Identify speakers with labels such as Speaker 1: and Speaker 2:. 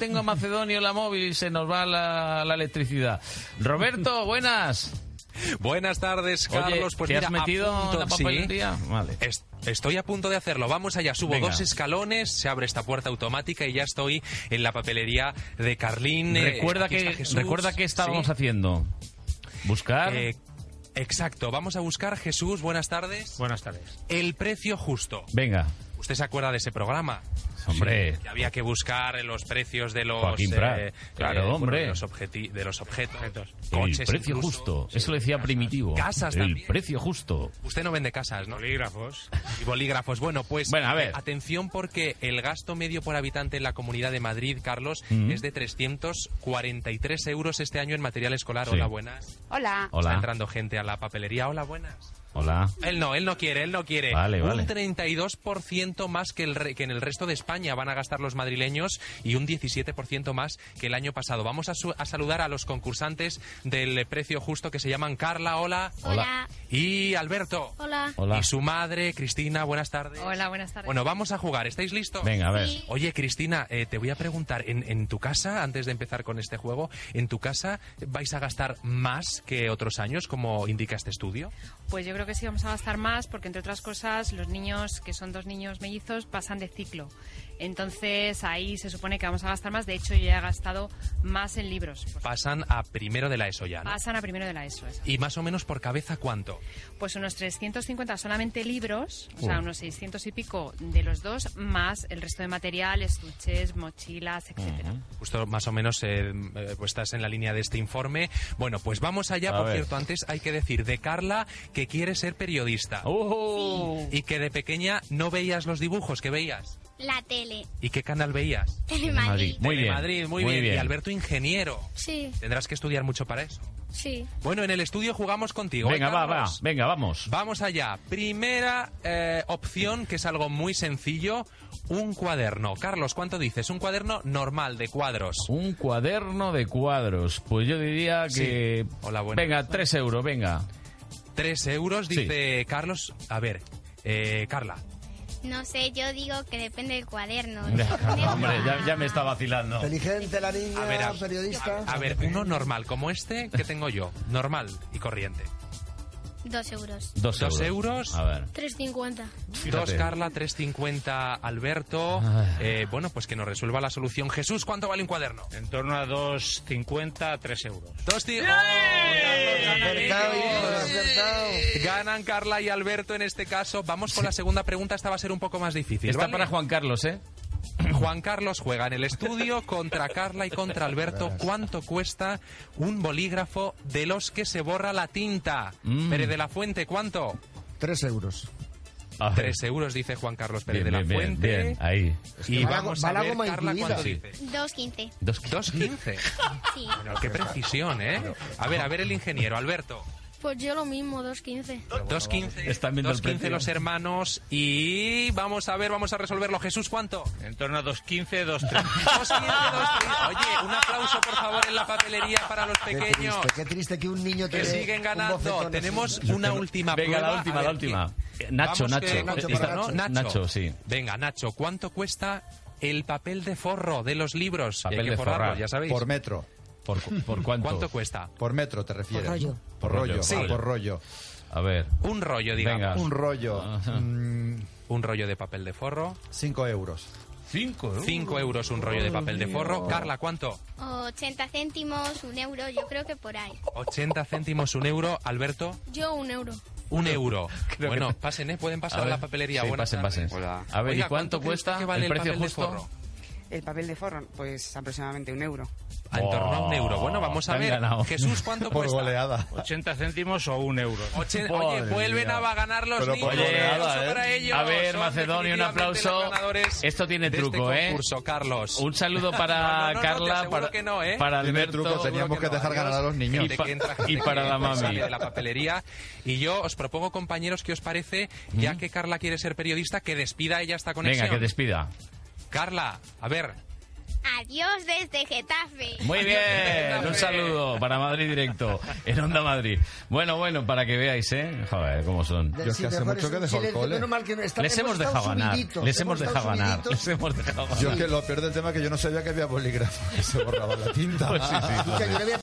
Speaker 1: tengo a Macedonio en la móvil y se nos va la, la electricidad. Roberto, buenas.
Speaker 2: Buenas tardes, Carlos.
Speaker 1: Oye,
Speaker 2: pues
Speaker 1: ¿te
Speaker 2: mira,
Speaker 1: has metido
Speaker 2: a punto-
Speaker 1: la
Speaker 2: sí.
Speaker 1: papelería? Vale.
Speaker 2: Est- Estoy a punto de hacerlo. Vamos allá. Subo
Speaker 1: Venga.
Speaker 2: dos escalones, se abre esta puerta automática y ya estoy en la papelería de Carlín. eh,
Speaker 1: Recuerda
Speaker 2: aquí está
Speaker 1: que,
Speaker 2: Jesús.
Speaker 1: recuerda que estábamos
Speaker 2: Sí.
Speaker 1: haciendo. Buscar.
Speaker 2: Eh, exacto. Vamos a buscar Jesús. Buenas tardes.
Speaker 3: Buenas tardes.
Speaker 2: El precio justo.
Speaker 1: Venga.
Speaker 2: ¿Usted se acuerda de ese programa?
Speaker 1: Hombre.
Speaker 2: Que había que buscar eh, los precios de los eh,
Speaker 1: Joaquín Prat. Claro,
Speaker 2: bueno,
Speaker 1: hombre.
Speaker 2: de los, objeti- de los objetos,
Speaker 1: El
Speaker 2: coches
Speaker 1: precio
Speaker 2: incluso.
Speaker 1: justo.
Speaker 2: Sí,
Speaker 1: Eso lo decía
Speaker 2: casas.
Speaker 1: Primitivo.
Speaker 2: Casas
Speaker 1: El
Speaker 2: también.
Speaker 1: precio justo.
Speaker 2: Usted no vende casas, ¿no?
Speaker 3: Polígrafos.
Speaker 2: y bolígrafos. Bueno, pues
Speaker 1: Bueno, a ver.
Speaker 2: eh, atención porque el gasto medio por habitante en la Comunidad de Madrid, Carlos, es de 343 euros este año en material escolar.
Speaker 1: Sí.
Speaker 2: Hola, buenas.
Speaker 4: Hola.
Speaker 2: Está
Speaker 1: Hola.
Speaker 2: entrando gente a la papelería. Hola, buenas.
Speaker 1: Hola.
Speaker 2: Él no, él no quiere, él no quiere.
Speaker 1: Vale, vale.
Speaker 2: Un 32% más que, el re- que en el resto de España van a gastar los madrileños y un 17% más que el año pasado. Vamos a, su- a saludar a los concursantes del precio justo que se llaman Carla, hola,
Speaker 1: Hola.
Speaker 2: y Alberto.
Speaker 5: Hola.
Speaker 1: Hola.
Speaker 2: Y su madre, Cristina, buenas tardes.
Speaker 6: Hola, buenas tardes.
Speaker 2: Bueno, vamos a jugar. ¿Estáis listos?
Speaker 1: Venga, a ver.
Speaker 5: Sí.
Speaker 2: Oye, Cristina, eh, te voy a preguntar, en, en tu casa, antes de empezar con este juego, ¿en tu casa vais a gastar más que otros años, como indica este estudio?
Speaker 6: Pues yo creo que sí vamos a gastar más porque, entre otras cosas, los niños, que son dos niños mellizos, pasan de ciclo. Entonces ahí se supone que vamos a gastar más. De hecho, yo ya he gastado más en libros. Pues,
Speaker 2: Pasan a primero de la ESO ya, ¿no?
Speaker 6: pasan a primero de la ESO. eso.
Speaker 2: Y más o menos por cabeza, ¿cuánto?
Speaker 6: Pues unos 350 solamente libros, o sea, unos 600 y pico de los dos, más el resto de material, estuches, mochilas, etcétera.
Speaker 2: Justo más o menos eh, eh, pues estás en la línea de este informe. Bueno, pues vamos allá.
Speaker 1: A
Speaker 2: por
Speaker 1: ver.
Speaker 2: cierto, antes hay que decir de Carla que quiere ser periodista.
Speaker 1: Oh.
Speaker 2: Y que de pequeña no veías los dibujos que veías.
Speaker 5: La tele.
Speaker 2: ¿Y qué canal veías?
Speaker 5: Telemadrid.
Speaker 1: Muy bien.
Speaker 2: Madrid, muy, bien. Y Alberto Ingeniero.
Speaker 5: Sí,
Speaker 2: Tendrás que estudiar mucho para eso.
Speaker 5: sí.
Speaker 2: Bueno, en el estudio jugamos contigo. ¿eh,
Speaker 1: Venga, va, va.
Speaker 2: Carlos?
Speaker 1: Venga, vamos.
Speaker 2: Vamos allá. Primera eh, opción, que es algo muy sencillo, un cuaderno. Carlos, ¿cuánto dices? Un cuaderno normal de cuadros.
Speaker 1: Un cuaderno de cuadros. Pues yo diría que.
Speaker 2: Sí. Hola, buenas.
Speaker 1: Venga, tres euros, venga.
Speaker 2: Tres euros, dice Carlos. A ver, eh, Carla.
Speaker 5: No sé, yo digo que depende del cuaderno.
Speaker 1: Hombre, ya, ya me está vacilando.
Speaker 7: Inteligente la
Speaker 2: A
Speaker 7: niña,
Speaker 2: ver, a,
Speaker 7: periodista.
Speaker 2: a- a ver, uno normal, como este que tengo yo. Normal y corriente.
Speaker 5: Dos euros.
Speaker 1: Dos,
Speaker 2: Dos euros.
Speaker 1: A ver.
Speaker 5: 3.50.
Speaker 1: Fíjate. Ah.
Speaker 2: Dos Carla, 350 Alberto.
Speaker 1: Ay.
Speaker 2: Eh, bueno, pues que nos resuelva la solución. Jesús, ¿cuánto vale un cuaderno?
Speaker 3: En torno a 2,50 a 3 euros.
Speaker 2: Dos ti-
Speaker 7: Acertado, hijo, acertado.
Speaker 2: Ganan Carla y Alberto en este caso. Vamos con la segunda pregunta. Esta va a ser un poco más difícil.
Speaker 1: Está
Speaker 2: ¿vale?
Speaker 1: para Juan Carlos, ¿eh?
Speaker 2: Juan Carlos juega en el estudio contra Carla y contra Alberto. ¿Cuánto cuesta un bolígrafo de los que se borra la tinta?
Speaker 1: Mm.
Speaker 2: Pérez de la Fuente, ¿cuánto?
Speaker 7: Tres euros.
Speaker 1: A ver.
Speaker 2: Tres euros, dice Juan Carlos Pérez
Speaker 1: Bien,
Speaker 2: de la
Speaker 1: bien, bien,
Speaker 2: Fuente.
Speaker 1: bien, Ahí.
Speaker 2: Y
Speaker 7: Va la-
Speaker 2: vamos
Speaker 7: va
Speaker 2: a
Speaker 7: la
Speaker 2: ver,
Speaker 7: goma
Speaker 2: Carla,
Speaker 7: incluida.
Speaker 2: ¿cuánto
Speaker 1: Sí.
Speaker 2: dice?
Speaker 5: 2.15.
Speaker 1: Dos.
Speaker 2: 2.15.
Speaker 5: Sí.
Speaker 2: Bueno, qué precisión, ¿eh? A ver, a ver el ingeniero, Alberto.
Speaker 5: Pues yo lo mismo, 2.15.
Speaker 2: 2.15.
Speaker 1: Están viendo el
Speaker 2: 2.15
Speaker 1: precio.
Speaker 2: los hermanos y vamos a ver, vamos a resolverlo. Jesús, ¿cuánto?
Speaker 3: En torno a 2,15, 2,30.
Speaker 2: 2.15, 2.15. Oye, un aplauso por favor en la papelería para los
Speaker 7: Qué
Speaker 2: pequeños.
Speaker 7: triste, qué triste que un niño
Speaker 2: Que
Speaker 7: te dé
Speaker 2: siguen
Speaker 7: un
Speaker 2: ganando.
Speaker 7: bofetón
Speaker 2: Tenemos
Speaker 7: así.
Speaker 2: una última
Speaker 1: Venga, la
Speaker 2: prueba.
Speaker 1: última,
Speaker 2: A
Speaker 1: la
Speaker 2: ver
Speaker 1: última.
Speaker 2: quién.
Speaker 1: Nacho,
Speaker 2: Vamos eh,
Speaker 1: Nacho.
Speaker 2: que-
Speaker 7: Nacho,
Speaker 1: Está-
Speaker 7: para Nacho.
Speaker 1: Nacho, sí.
Speaker 2: Venga, Nacho, ¿cuánto cuesta el papel de forro de los libros?
Speaker 1: Papel
Speaker 2: Hay que
Speaker 1: de
Speaker 2: forrarlo,
Speaker 1: forrar.
Speaker 2: ya sabéis.
Speaker 8: Por metro.
Speaker 1: ¿Por, cu- por cuánto?
Speaker 2: ¿Cuánto cuesta?
Speaker 8: Por metro te refieres.
Speaker 4: Por rollo.
Speaker 8: ¿no? Por rollo.
Speaker 2: Sí.
Speaker 8: ah, por rollo.
Speaker 1: A ver.
Speaker 2: Un rollo, digamos.
Speaker 1: Venga.
Speaker 8: Un rollo. mm,
Speaker 2: Un rollo de papel de forro.
Speaker 8: cinco euros.
Speaker 1: Cinco,
Speaker 2: 5 euros un rollo de papel de forro. Carla, ¿cuánto?
Speaker 5: 80 céntimos, un euro, yo creo que por ahí.
Speaker 2: 80 céntimos, un euro. Alberto,
Speaker 5: Yo un euro.
Speaker 2: un euro. bueno, pasen, ¿eh? Pueden pasar a, la papelería.
Speaker 1: Sí,
Speaker 2: Buenas
Speaker 1: pasen,
Speaker 2: tardes.
Speaker 1: pasen. A ver,
Speaker 2: Oiga,
Speaker 1: ¿y cuánto
Speaker 2: crees
Speaker 1: cuesta
Speaker 2: que vale
Speaker 1: el precio
Speaker 2: papel de
Speaker 1: justo?
Speaker 2: forro?
Speaker 9: El papel de forro, pues aproximadamente un euro.
Speaker 2: Ah, En torno a un euro. Bueno, vamos a
Speaker 1: Te han
Speaker 2: ver.
Speaker 1: ganado.
Speaker 2: Jesús, ¿cuánto
Speaker 8: Por
Speaker 2: cuesta?
Speaker 8: goleada.
Speaker 3: 80 céntimos o 1 euro.
Speaker 2: Oche-
Speaker 1: Madre
Speaker 2: oye, vuelven
Speaker 1: mía.
Speaker 2: a ganar los
Speaker 8: Pero
Speaker 2: niños.
Speaker 8: por
Speaker 1: Oye,
Speaker 2: Un
Speaker 8: goleada,
Speaker 2: aplauso
Speaker 8: ¿eh?
Speaker 2: para ellos.
Speaker 1: A ver,
Speaker 2: Son
Speaker 1: Macedonia, un
Speaker 2: definitivamente
Speaker 1: aplauso.
Speaker 2: los ganadores
Speaker 1: Esto tiene
Speaker 2: de
Speaker 1: truco,
Speaker 2: este
Speaker 1: ¿eh?
Speaker 2: concurso, Carlos.
Speaker 1: Un saludo para
Speaker 2: No, no, no, no, te
Speaker 1: Carla,
Speaker 2: aseguro
Speaker 1: para,
Speaker 2: que no, ¿eh?
Speaker 1: para
Speaker 8: Tiene
Speaker 1: Alberto.
Speaker 8: truco, teníamos que,
Speaker 2: Seguro que no,
Speaker 8: dejar ganar a los niños.
Speaker 2: Gente
Speaker 1: pa-
Speaker 2: que entra,
Speaker 1: y
Speaker 2: gente
Speaker 1: para
Speaker 2: que
Speaker 1: la
Speaker 2: entra y
Speaker 1: mami.
Speaker 2: sale de la papelería. Y yo os propongo, compañeros, que os parece,
Speaker 1: ¿Mm?
Speaker 2: ya que Carla quiere ser periodista, que despida ella esta conexión.
Speaker 1: Venga, que despida.
Speaker 2: Carla, a ver,
Speaker 5: Adiós desde Getafe.
Speaker 1: Muy bien, un saludo para Madrid directo, en Onda Madrid. Bueno, bueno, para que veáis, ¿eh? Joder, cómo son.
Speaker 8: Yo es que hace mucho que he dejado el cole.
Speaker 7: Menos mal que no está-
Speaker 1: Les hemos dejado
Speaker 7: estado
Speaker 1: ganar,
Speaker 7: subiditos,
Speaker 1: les hemos
Speaker 7: estado
Speaker 1: dejado ganar,
Speaker 7: subiditos.
Speaker 1: les hemos dejado ganar.
Speaker 8: Yo es que lo peor del tema es que yo no sabía que había bolígrafo que se borraba la tinta.
Speaker 1: Pues sí, sí,
Speaker 7: O sea, yo le voy a